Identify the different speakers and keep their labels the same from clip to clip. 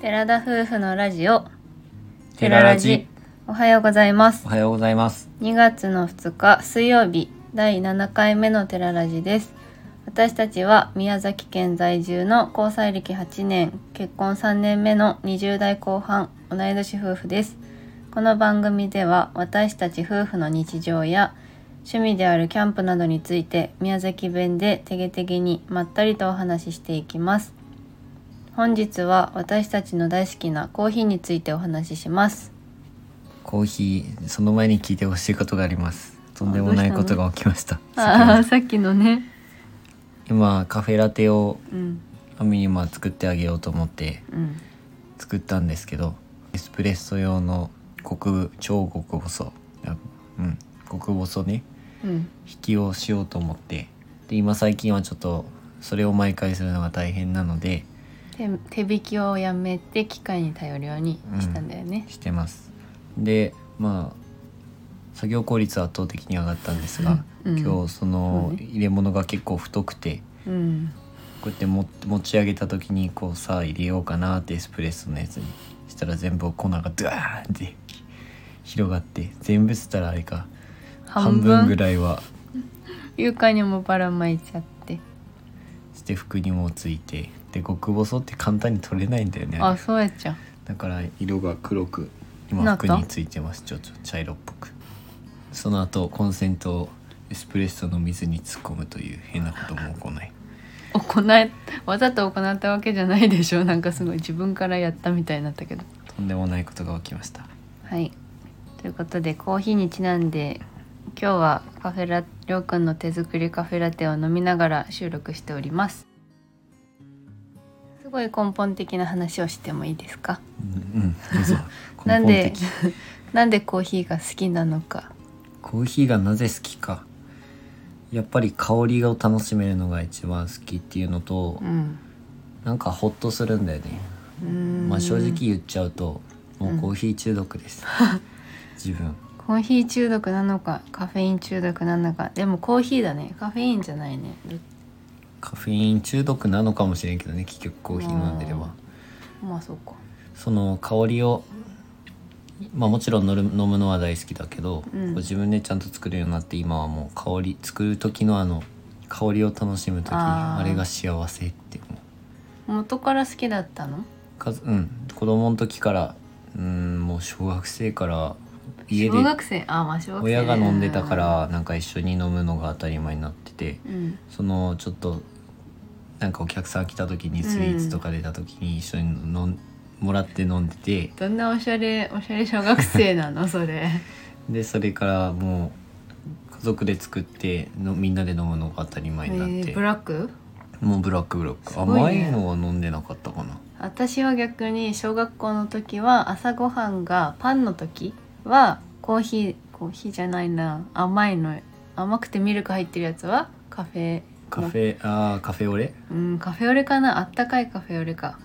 Speaker 1: 寺田夫婦のラジオ
Speaker 2: テララジ
Speaker 1: おはようございます
Speaker 2: おはようございます
Speaker 1: 2月の2日水曜日第7回目のテララジです私たちは宮崎県在住の交際歴8年結婚3年目の20代後半同い年夫婦ですこの番組では私たち夫婦の日常や趣味であるキャンプなどについて宮崎弁でてげてげにまったりとお話ししていきます本日は私たちの大好きなコーヒーについてお話しします
Speaker 2: コーヒーその前に聞いてほしいことがありますとんでもな
Speaker 1: あ
Speaker 2: い
Speaker 1: どう
Speaker 2: こ
Speaker 1: した
Speaker 2: と
Speaker 1: の
Speaker 2: が起きました
Speaker 1: ああ
Speaker 2: 先ほ
Speaker 1: さっきのね
Speaker 2: ど今カフェラテを
Speaker 1: うん
Speaker 2: アミにまあ作ってあげようと思って
Speaker 1: うん
Speaker 2: 作ったんですけどエスプレッソ用の極超極細あうん極細ね
Speaker 1: うん
Speaker 2: 引きをしようと思ってで今最近はちょっとそれを毎回するのが大変なので
Speaker 1: 手手引きをやめて機械に頼るようにしたんだよね、
Speaker 2: してますでまあ作業効率は圧倒的に上がったんですが、
Speaker 1: うん
Speaker 2: 今日その
Speaker 1: そうね
Speaker 2: 入れ物が結構太くて
Speaker 1: うん、
Speaker 2: こうやって持って持ち上げた時にこうさあ入れようかなってエスプレッソのやつにしたら全部粉がドゥワーンって広がって全部っつったらあれか半
Speaker 1: 半分
Speaker 2: 分ぐらいは
Speaker 1: 床にもばらまいちゃって
Speaker 2: して服にもついてで極細って簡単に取れないんだよね
Speaker 1: あそうやっちゃん
Speaker 2: だから色が黒く
Speaker 1: な
Speaker 2: 今
Speaker 1: んか
Speaker 2: 服についてますちょっと茶色っぽくその後コンセントをエスプレッソの水に突っ込むという変なことも行い
Speaker 1: 行えわざと行ったわけじゃないでしょなんかすごい自分からやったみたいになったけど
Speaker 2: とんでもないことが起きました
Speaker 1: はいということでコーヒーにちなんで今日はカフェラりょうくんの手作りカフェラテを飲みながら収録しておりますすごい根本的な話をしてもいいですか
Speaker 2: うん、うん、ど うぞ根
Speaker 1: なん
Speaker 2: 本
Speaker 1: で
Speaker 2: 的
Speaker 1: なんでコーヒーが好きなのか
Speaker 2: コーヒーがなぜ好きかやっぱり香りを楽しめるのが一番好きっていうのと、
Speaker 1: うん
Speaker 2: なんかホッとするんだよね
Speaker 1: うーん
Speaker 2: まあ正直言っちゃうともうコーヒー中毒 です、自分
Speaker 1: コーヒー中毒なのかカフェイン中毒なのかでもコーヒーだねカフェインじゃないねど
Speaker 2: カフェイン中毒なのかもしれんけどね結局コーヒー飲んでれば
Speaker 1: まあそうか
Speaker 2: その香りをまあもちろん飲る飲むのは大好きだけど、
Speaker 1: うん
Speaker 2: こう自分でちゃんと作るようになって今はもう香り作る時のあの香りを楽しむ時に
Speaker 1: あー
Speaker 2: あれが幸せって思う
Speaker 1: 元から好きだったの
Speaker 2: かずうん子供の時からうんもう小学生から家で
Speaker 1: 小学生あまあ小学生
Speaker 2: 親が飲んでたからなんか一緒に飲むのが当たり前になってて
Speaker 1: うん
Speaker 2: そのちょっとなんかお客さん来た時にスイーツとか出た時に一緒に飲んもらって飲んでて
Speaker 1: どんなおしゃれおしゃれ小学生な のそれ
Speaker 2: でそれからもう家族で作ってのみんなで飲むのが当たり前になって、
Speaker 1: えーブラック
Speaker 2: もうブラックブラック、
Speaker 1: すご
Speaker 2: 甘
Speaker 1: いね
Speaker 2: いのは飲んでなかったかな
Speaker 1: 私は逆に小学校の時は朝ごはんがパンの時はコーヒーコーヒーじゃないな甘いの甘くてミルク入ってるやつはカフェ
Speaker 2: カフェあーカフェオレ
Speaker 1: うんカフェオレかなあったかいカフェオレか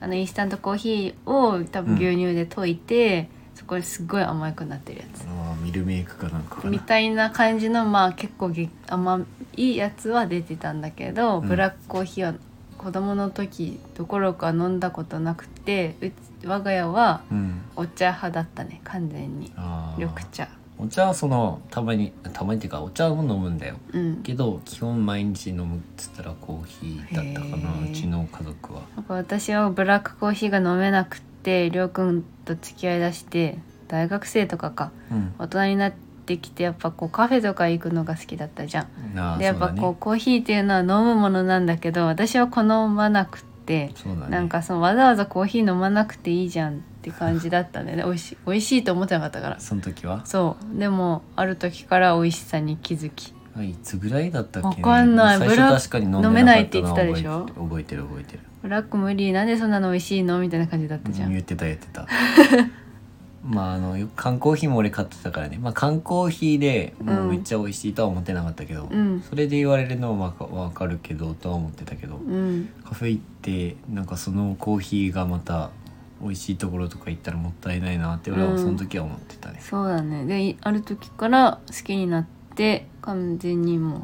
Speaker 1: あのインスタントコーヒーを多分牛乳で溶いて、そこにすっごい甘くなってるやつ
Speaker 2: あーミルメイクかなんかか
Speaker 1: み
Speaker 2: な
Speaker 1: たいな感じのまあ結構げ甘いやつは出てたんだけど、
Speaker 2: うん
Speaker 1: ブラックコーヒーは子供の時どころか飲んだことなくてうち我が家は
Speaker 2: うん
Speaker 1: お茶派だったね完全に
Speaker 2: あー
Speaker 1: 緑茶
Speaker 2: お茶はそのたまにたまにっていうかお茶も飲むんだよ
Speaker 1: うん
Speaker 2: けど基本毎日飲むっつったらコーヒーだったか
Speaker 1: へ
Speaker 2: な
Speaker 1: ー
Speaker 2: うちの家族は
Speaker 1: なんか私はブラックコーヒーが飲めなくってりょうくんと付き合いだして大学生とかか
Speaker 2: うん
Speaker 1: 大人になってきてやっぱこうカフェとか行くのが好きだったじゃん。
Speaker 2: あー
Speaker 1: でやっぱ
Speaker 2: そうだね
Speaker 1: こうコーヒーっていうのは飲むものなんだけど私は好まなくって、
Speaker 2: そうだね
Speaker 1: なんかそのわざわざコーヒー飲まなくていいじゃんって感じだったんだよね美味しい美味しいと思ってなかったから
Speaker 2: その時は
Speaker 1: そうでもある時から美味しさに気づき
Speaker 2: あいつぐらいだったっけ、
Speaker 1: わかんない
Speaker 2: 最
Speaker 1: ブラ
Speaker 2: 初確かに飲んで
Speaker 1: 飲め
Speaker 2: な
Speaker 1: な
Speaker 2: か
Speaker 1: い
Speaker 2: っ
Speaker 1: って
Speaker 2: た
Speaker 1: 言
Speaker 2: の
Speaker 1: ってた
Speaker 2: は覚
Speaker 1: で
Speaker 2: え
Speaker 1: しょ
Speaker 2: て覚えてる覚えてる
Speaker 1: ブラック無理なんでそんなの美味しいのみたいな感じだったじゃ
Speaker 2: うん
Speaker 1: ん
Speaker 2: 言ってた言って たまああのよく缶コーヒーも俺買ってたからね、まあ、缶コーヒーでもうめっちゃ美味しいとは思ってなかったけど、
Speaker 1: うん
Speaker 2: それで言われるのは分かわかるけどとは思ってたけど、
Speaker 1: うん
Speaker 2: カフェ行ってなんかそのコーヒーがまた美味しいところとか行ったらもったいないなって俺はその時は思ってたね、
Speaker 1: そうだねでいある時から好きになって完全にもう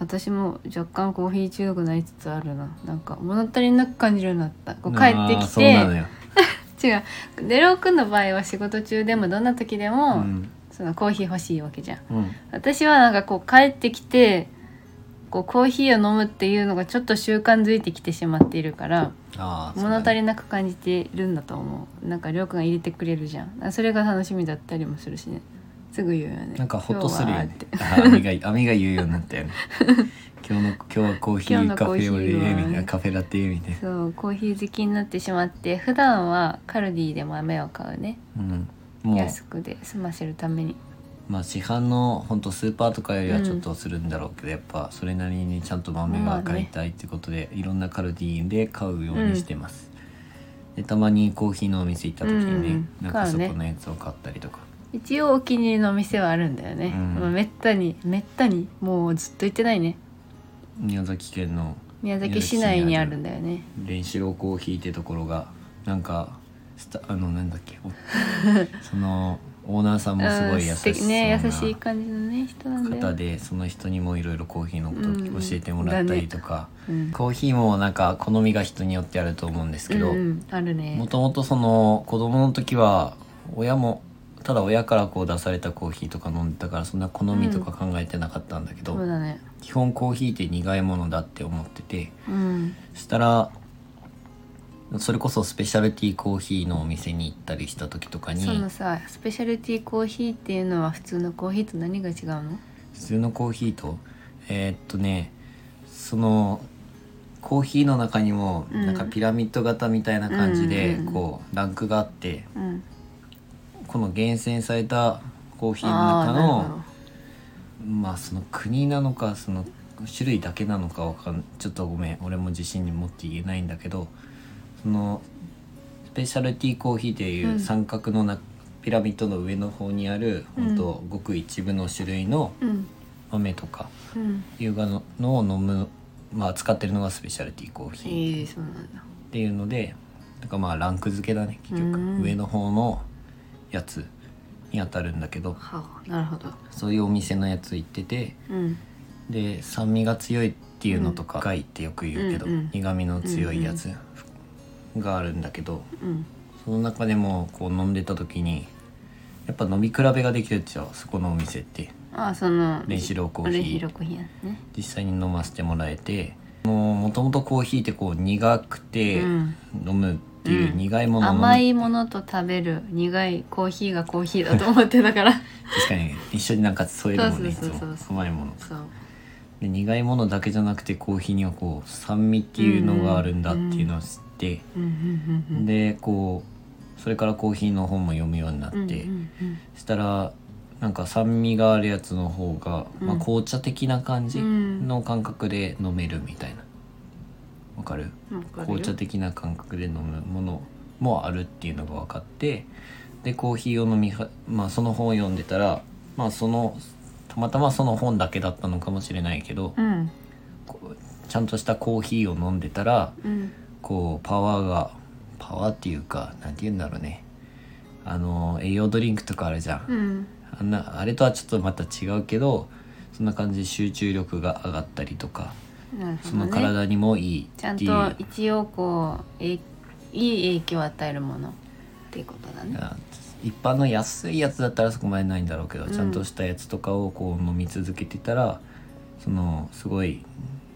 Speaker 1: 私も若干コーヒー中毒になりつつあるななんか物足りなく感じるようになったこう帰って
Speaker 2: あー
Speaker 1: き
Speaker 2: そうなの
Speaker 1: て
Speaker 2: よ、
Speaker 1: 違うデロー君の場合は仕事中でもどんな時で
Speaker 2: う
Speaker 1: も、
Speaker 2: ん
Speaker 1: そのコーヒー欲しいわけじゃん
Speaker 2: うん、
Speaker 1: 私はなんかこう帰ってきてこうコーヒーを飲むっていうのがちょっと習慣づいてきてしまっているから
Speaker 2: ああ
Speaker 1: 物足りなく感じてるんだと思うなんかりょうくんが入れてくれるじゃんあそれが楽しみだったりもするしねすぐ言うよね
Speaker 2: なんかほっとするよね
Speaker 1: 今日はって。
Speaker 2: あ網 が網が言うようになったよね。今日の今日はコーヒ
Speaker 1: 今日
Speaker 2: ー
Speaker 1: の
Speaker 2: カ
Speaker 1: コ
Speaker 2: フ
Speaker 1: ーヒー
Speaker 2: ェ
Speaker 1: は
Speaker 2: オレみたいなカフェラテみたいな。
Speaker 1: そうコーヒー好きになってしまって普段はカルディで豆を買うね
Speaker 2: うん。もう
Speaker 1: 安くで済ませるために
Speaker 2: まあ市販の本当スーパーとかよりはちょっとするんだろうけど、やっぱそれなりにちゃんと豆
Speaker 1: まあね
Speaker 2: が買いたいってことで、いろんなカルディで買うようにしてます。でたまにコーヒーのお店行った時にね、
Speaker 1: うん
Speaker 2: なんかそ
Speaker 1: 買
Speaker 2: こ
Speaker 1: う
Speaker 2: のやつを買ったりとか。
Speaker 1: 一応お気に入りのお店はあるんだよね、
Speaker 2: うん
Speaker 1: まあめったにめったにもうずっと行ってないね
Speaker 2: 宮崎県の
Speaker 1: 宮崎市内にあるんだよね
Speaker 2: 練習をコーヒーってところがなんかスタあのなんだっけ おそのオーナーさんもすごい優
Speaker 1: うん
Speaker 2: し
Speaker 1: 素
Speaker 2: そう
Speaker 1: 敵ね優しい
Speaker 2: な
Speaker 1: 感じのね人なんだよ
Speaker 2: 方でその人にもいろいろコーヒーのこと
Speaker 1: うん
Speaker 2: 教えてもらったりとか、
Speaker 1: うん
Speaker 2: コーヒーもなんか好みが人によってあると思うんですけど
Speaker 1: うんうんあるね
Speaker 2: もともとその子供の時は親もただ親からこう出されたコーヒーとか飲んでたからそんな好みとか考えてなかったんだけど、
Speaker 1: そうだね
Speaker 2: 基本コーヒーって苦いものだって思ってて。
Speaker 1: うん
Speaker 2: したらそれこそスペシャルティーコーヒーのお店に行ったりした時とかに
Speaker 1: そのさスペシャルティーコーヒーっていうのは普通のコーヒーと何が違うの
Speaker 2: 普通のコーヒーとえーっとねそのコーヒーの中にも
Speaker 1: うん
Speaker 2: なんかピラミッド型みたいな感じで
Speaker 1: うんうんうん
Speaker 2: こうランクがあって
Speaker 1: うん
Speaker 2: この厳選されたコーヒーの
Speaker 1: あ
Speaker 2: 中
Speaker 1: ーなるほど
Speaker 2: のまあその国なのかその種類だけなのかわかんちょっとごめん俺も自信に持って言えないんだけどそのスペシャルティーコーヒーっていううん三角のな、ピラミッドの上の方にある本当、ごく一部の種類の
Speaker 1: うん
Speaker 2: 豆とか
Speaker 1: うん
Speaker 2: 優雅ののを飲む、まあ、使ってるのがスペシャルティーコーヒー
Speaker 1: いいそうなんだ
Speaker 2: っていうのでなんかまあランク付けだね結局、
Speaker 1: うん
Speaker 2: 上の方のやつにあたるんだけど
Speaker 1: はあなるほど
Speaker 2: そういうお店のやつ行ってて。
Speaker 1: うん
Speaker 2: で酸味が強いっていうのとか、苦いってよく言うけど、
Speaker 1: うんうん
Speaker 2: 苦味の強いやつがあるんだけど、
Speaker 1: うん
Speaker 2: その中でもこう飲んでた時にやっぱ飲み比べができるでしょそこのお店って
Speaker 1: あーその
Speaker 2: レンシローコー
Speaker 1: レン
Speaker 2: ヒ
Speaker 1: シロ
Speaker 2: ー
Speaker 1: ーコーヒーやね
Speaker 2: 実際に飲ませてもらえてもともとコーヒーってこう苦くて
Speaker 1: うん
Speaker 2: 飲むっていう
Speaker 1: うん
Speaker 2: 苦いものを飲む、
Speaker 1: 甘いものと食べる苦いコーヒーがコーヒーだと思ってたから
Speaker 2: 確かに一緒になんか添えるもんねい
Speaker 1: そうそ
Speaker 2: つ
Speaker 1: う
Speaker 2: も
Speaker 1: そうそう
Speaker 2: 甘いもの
Speaker 1: そう
Speaker 2: で苦いものだけじゃなくてコーヒーにはこう酸味っていうのがあるんだっていうのを知って、
Speaker 1: うんうんうんうん
Speaker 2: でこうそれからコーヒーの本も読むようになって、
Speaker 1: うんうん
Speaker 2: したらなんか酸味があるやつの方が、まあ、
Speaker 1: うん
Speaker 2: 紅茶的な感じ
Speaker 1: うん
Speaker 2: の感覚で飲めるみたいなわかる
Speaker 1: うんわかるよ
Speaker 2: 紅茶的な感覚で飲むものもあるっていうのが分かってでコーヒーを飲みは、まあ、その本を読んでたら、まあ、そのたまたまその本だけだったのかもしれないけど、
Speaker 1: うん
Speaker 2: こうちゃんとしたコーヒーを飲んでたら
Speaker 1: うん
Speaker 2: こうパワーがパワーっていうかなんて言うんだろうねあの栄養ドリンクとかあるじゃん、
Speaker 1: うん
Speaker 2: あんなあれとはちょっとまた違うけどそんな感じで集中力が上がったりとか
Speaker 1: なるほ
Speaker 2: そ
Speaker 1: ど
Speaker 2: の
Speaker 1: ね
Speaker 2: 体にもいい
Speaker 1: ちゃ
Speaker 2: っ
Speaker 1: ん
Speaker 2: ていう、
Speaker 1: と一応こうえいい影響を与えるものっていうことだね
Speaker 2: あ一般の安いやつだったらそこまでないんだろうけど、
Speaker 1: うん
Speaker 2: ちゃんとしたやつとかをこう飲み続けてたらそのすごい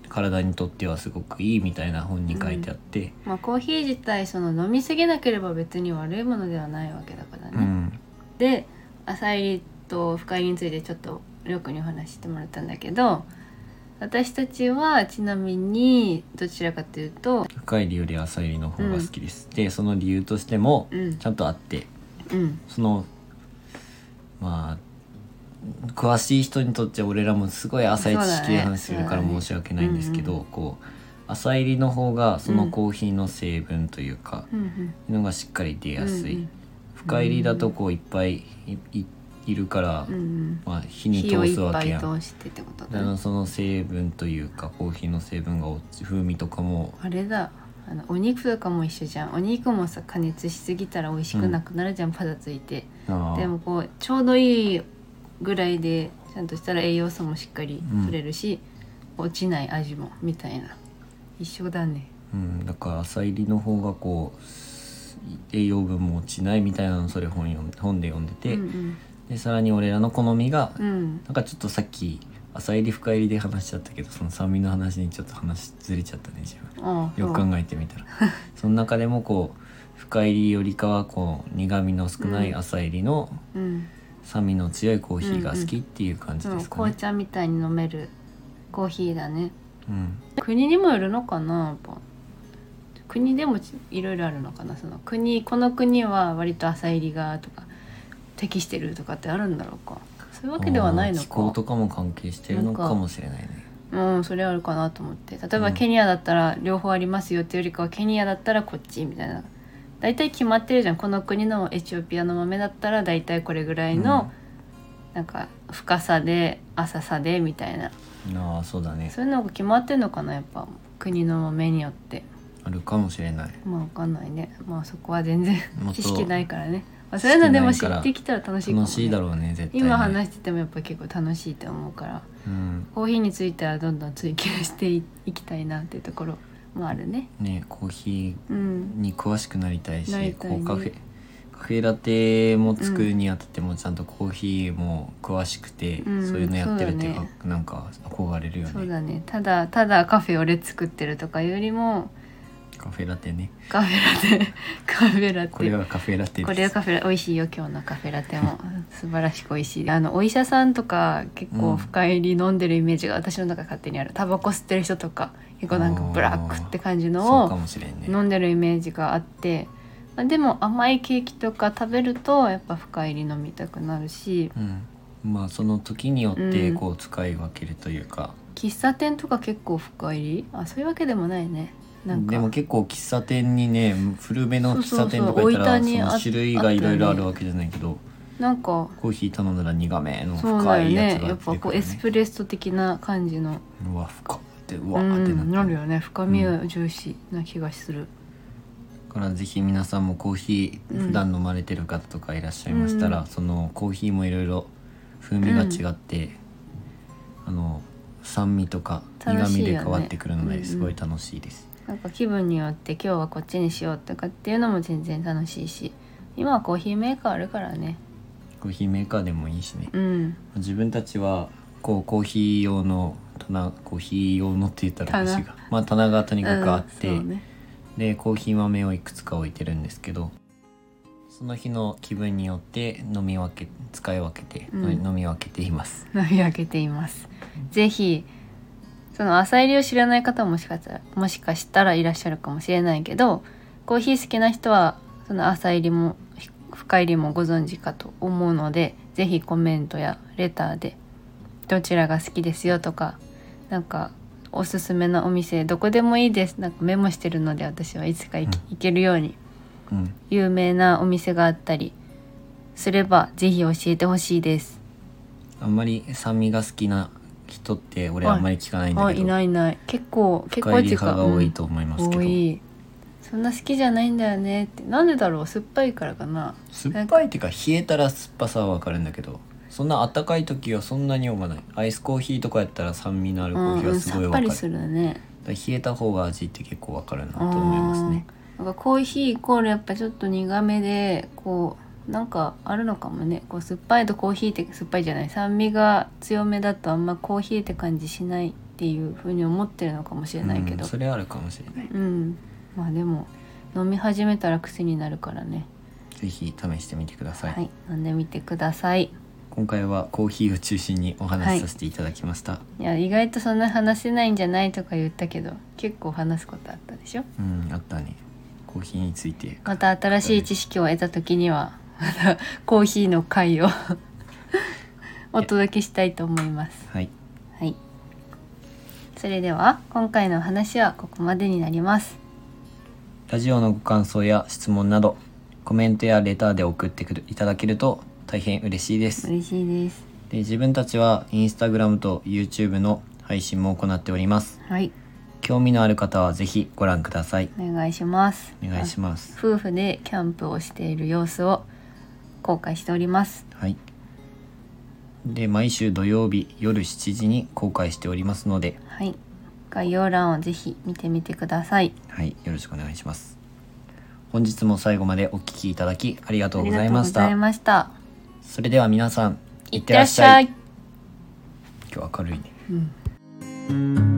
Speaker 2: 体にとってはすごくいいみたいな本に書いてあって、
Speaker 1: まあコーヒー自体その飲みすぎなければ別に悪いものではないわけだからね、
Speaker 2: うん
Speaker 1: で浅入りと深入りについてちょっとりょうくんにお話ししてもらったんだけど私たちはちなみにどちらかというと
Speaker 2: 深入りより浅入りの方が好きです、でその理由としても
Speaker 1: うん
Speaker 2: ちゃんとあって
Speaker 1: うん
Speaker 2: そのまあ詳しい人にとっては俺らもすごい浅い知識で話するか
Speaker 1: そうだ
Speaker 2: ら
Speaker 1: ね
Speaker 2: 申し訳ないんですけど、
Speaker 1: うんう
Speaker 2: こう浅入りの方がそのコーヒーの成分というか、
Speaker 1: うんうん
Speaker 2: のがしっかり出やすい、
Speaker 1: うんうん
Speaker 2: 深入りだとこういっぱいいいいるから、
Speaker 1: うんうん
Speaker 2: まあ、火に
Speaker 1: 火を
Speaker 2: 通
Speaker 1: い
Speaker 2: す
Speaker 1: っ
Speaker 2: わ
Speaker 1: ぱ
Speaker 2: け
Speaker 1: い
Speaker 2: やん。
Speaker 1: 通してってこと
Speaker 2: だ
Speaker 1: だ
Speaker 2: か
Speaker 1: ね
Speaker 2: らその成分というかコーヒーの成分が落ち風味とかも
Speaker 1: あれだあのお肉とかも一緒じゃんお肉もさ加熱しすぎたら美味しくなくなるじゃん、パサついて
Speaker 2: あー
Speaker 1: でもこうちょうどいいぐらいでちゃんとしたら栄養素もしっかり取れるし、落ちない味もみたいな一緒だね
Speaker 2: うん、だから朝入りの方がこう栄養分も落ちないみたいなのそれ本読ん本で読んでて、
Speaker 1: うん
Speaker 2: でさらに俺らの好みが、
Speaker 1: うん、うん、
Speaker 2: なんかちょっとさっき朝入り深入りで話しちゃったけどその酸味の話にちょっと話ずれちゃったね自分
Speaker 1: ああ
Speaker 2: よく考えてみ たらその中でもこう深入りよりかはこう苦味の少ない朝入りの
Speaker 1: そううん
Speaker 2: 酸味の強いコーヒーが好きっていう感じ
Speaker 1: そう
Speaker 2: ですか
Speaker 1: 紅
Speaker 2: ね。
Speaker 1: 茶みたいに飲めるコーヒーだね
Speaker 2: うん
Speaker 1: 国にもよるのかなやっぱ国でもちいろいろあるのかなその国この国は割と朝入りがとか適してるとかってあるんだろうかそういうわけではないの
Speaker 2: あー気候
Speaker 1: か
Speaker 2: とかも関係してるのかもしれないね。
Speaker 1: うんそれあるかなと思って例え
Speaker 2: う
Speaker 1: ば
Speaker 2: ん
Speaker 1: ケニアだったら両方ありますよっていうよりかはケニアだったらこっちみたいな大体決まってるじゃんこの国のエチオピアの豆だったら大体これぐらいの、なんか深さで浅さでみたいな
Speaker 2: うんああそうだね
Speaker 1: そういうのが決まってんのかなやっぱ国の豆によって。
Speaker 2: あるかもしれない。
Speaker 1: まあわかんないねまあそこは全然
Speaker 2: もっと
Speaker 1: 知識ないからね、まあ、
Speaker 2: 知
Speaker 1: そ
Speaker 2: 識
Speaker 1: ういうのでも
Speaker 2: ない
Speaker 1: 知
Speaker 2: から
Speaker 1: ってきたら楽しいかも、ね、
Speaker 2: 楽しいだろうね絶対ね。
Speaker 1: 今話しててもやっぱ結構楽しいと思うから
Speaker 2: うん
Speaker 1: コーヒーについてはどんどん追求していきたいなっていうところもあるね
Speaker 2: ねコーヒ
Speaker 1: う
Speaker 2: ー
Speaker 1: ん
Speaker 2: に詳しくなりたいし
Speaker 1: なりたいね
Speaker 2: こうカフェカフェラテも作るにあたってもちゃんとコーヒーも詳しくて、
Speaker 1: うん
Speaker 2: そういうのやってるっていうか
Speaker 1: そう
Speaker 2: なんか憧れるよ
Speaker 1: そう
Speaker 2: ね
Speaker 1: だねただただカフェ俺作ってるとかよりも
Speaker 2: カフェラテね
Speaker 1: カフェラテ カフェラテ
Speaker 2: これはカフェラテです
Speaker 1: これはカフェラ美味しいよ今日のカフェラテも素晴らしく美味しいあのお医者さんとか結
Speaker 2: う
Speaker 1: 構
Speaker 2: ん
Speaker 1: 深入り飲んでるイメージが私の中勝手にあるタバコ吸ってる人とか結構なんか
Speaker 2: あー
Speaker 1: ブラックって感じの
Speaker 2: そうか
Speaker 1: を
Speaker 2: もしれんね
Speaker 1: 飲んでるイメージがあって、まあ、でも甘いケーキとか食べるとやっぱ深入り飲みたくなるし
Speaker 2: うん、まあその時によって
Speaker 1: うん
Speaker 2: こう使い分けるというか,、
Speaker 1: 喫茶店とか結構深入りあそういうわけでもないねなんか
Speaker 2: でも結構喫茶店にね古めの喫茶店
Speaker 1: そう
Speaker 2: とか行った
Speaker 1: そうそう
Speaker 2: ら
Speaker 1: 置い
Speaker 2: そ
Speaker 1: たにあ
Speaker 2: の種類がいろいろ
Speaker 1: あ
Speaker 2: あ
Speaker 1: ったよね
Speaker 2: るわけじゃないけど、
Speaker 1: なんか
Speaker 2: コーヒー頼んだら苦めの
Speaker 1: そうだ
Speaker 2: 深
Speaker 1: よ
Speaker 2: いや
Speaker 1: ね
Speaker 2: つ
Speaker 1: や
Speaker 2: が出
Speaker 1: って
Speaker 2: く
Speaker 1: ぱ
Speaker 2: る
Speaker 1: こうエス
Speaker 2: ね
Speaker 1: プレッソ的な感じの
Speaker 2: うわ深ってう
Speaker 1: う
Speaker 2: わって
Speaker 1: ん
Speaker 2: な
Speaker 1: な
Speaker 2: って
Speaker 1: る
Speaker 2: る
Speaker 1: よね深みが重視な気がする。
Speaker 2: だからぜひ皆さんもコーヒー
Speaker 1: うん
Speaker 2: 普段飲まれてる方とかいらっしゃいましたら、
Speaker 1: うん
Speaker 2: そのコーヒーもいろいろ風味が違って、あの酸味とか苦
Speaker 1: 楽しい
Speaker 2: 味
Speaker 1: よね
Speaker 2: で変わってくるの
Speaker 1: うんうん
Speaker 2: ですごい楽しいです。
Speaker 1: なんか気分によって今日はこっちにしようとかっていうのも全然楽しいし今はコーヒーメーカーあるからね
Speaker 2: コーヒーメーカーでもいいしね
Speaker 1: うん
Speaker 2: 自分たちはこうコーヒー用の棚コーヒー用のって言ったらおかしいがまあ棚がとにかくあって、
Speaker 1: うんそうね
Speaker 2: でコーヒー豆をいくつか置いてるんですけどその日の気分によって飲み分け使い分けて、
Speaker 1: うん
Speaker 2: 飲み分けています
Speaker 1: 飲み分けていますぜひその朝入りを知らない方ももしかしたらもしかしたらいらっしゃるかもしれないけどコーヒー好きな人はその朝入りもひ深入りもご存知かと思うのでぜひコメントやレターでどちらが好きですよとかなんかおすすめのお店どこでもいいですなんかメモしてるので私はいつか行き行けるように
Speaker 2: うん
Speaker 1: 有名なお店があったりすればぜひ教えてほしいです。
Speaker 2: あんまり酸味が好きな人って俺
Speaker 1: はい
Speaker 2: あんまり聞かないんだ
Speaker 1: あ
Speaker 2: けど、
Speaker 1: いないいない結構結構
Speaker 2: 深入り
Speaker 1: 時間
Speaker 2: 派が多いと思いますけど、
Speaker 1: 多いそんな好きじゃないんだよねってなんでだろう酸っぱいからかな
Speaker 2: 酸っぱいっていうか冷えたら酸っぱさはわかるんだけどそんな暖かい時はそんなに思わないアイスコーヒーとかやったら酸味のあるコー
Speaker 1: う
Speaker 2: ヒー
Speaker 1: んう
Speaker 2: は
Speaker 1: ん
Speaker 2: すご
Speaker 1: さ
Speaker 2: い
Speaker 1: っ
Speaker 2: わ
Speaker 1: ぱ
Speaker 2: かる、
Speaker 1: りするね
Speaker 2: だから冷えた方が味って結構わかるなと思いますね
Speaker 1: うんなんかコーヒーイコールやっぱちょっと苦めでこうなんかあるのかもねこう酸っぱいとコーヒーって酸っぱいじゃない酸味が強めだとあんまコーヒーって感じしないっていうふうに思ってるのかもしれないけど
Speaker 2: うんそれあるかもしれない
Speaker 1: うん、まあでも飲み始めたら癖になるからね
Speaker 2: ぜひ試してみてください、
Speaker 1: はい、飲んでみてください
Speaker 2: 今回はコーヒーを中心にお話しさせていただきました、
Speaker 1: いや意外とそんな話せないんじゃないとか言ったけど結構話すことあったでしょ
Speaker 2: うんあったねコーヒーについて
Speaker 1: また新しい知識を得た時には またコーヒーの回を お届けしたいと思います
Speaker 2: はい
Speaker 1: はいそれでは今回のお話はここまでになります
Speaker 2: ラジオのご感想や質問などコメントやレターで送ってくるいただけると大変嬉しいです
Speaker 1: 嬉しいです
Speaker 2: で自分たちはインスタグラムと YouTube の配信も行っております
Speaker 1: はい
Speaker 2: 興味のある方はぜひご覧ください
Speaker 1: お願いします
Speaker 2: お願いします
Speaker 1: 夫婦でキャンプをしている様子を公開しております
Speaker 2: はいで毎週土曜日夜7時に公開しておりますので、
Speaker 1: はい概要欄をぜひ見てみてください
Speaker 2: はい、よろしくお願いします本日も最後までお聞きいただきありがと
Speaker 1: あ
Speaker 2: う
Speaker 1: り
Speaker 2: ご
Speaker 1: が
Speaker 2: ざ
Speaker 1: と
Speaker 2: い
Speaker 1: うご
Speaker 2: まし
Speaker 1: ざい
Speaker 2: た
Speaker 1: ました
Speaker 2: それでは皆さんい
Speaker 1: い
Speaker 2: っ
Speaker 1: ってて
Speaker 2: ら
Speaker 1: ら
Speaker 2: っ
Speaker 1: っ
Speaker 2: し
Speaker 1: し
Speaker 2: ゃ
Speaker 1: ゃ
Speaker 2: い
Speaker 1: い
Speaker 2: 今日明るいね
Speaker 1: うん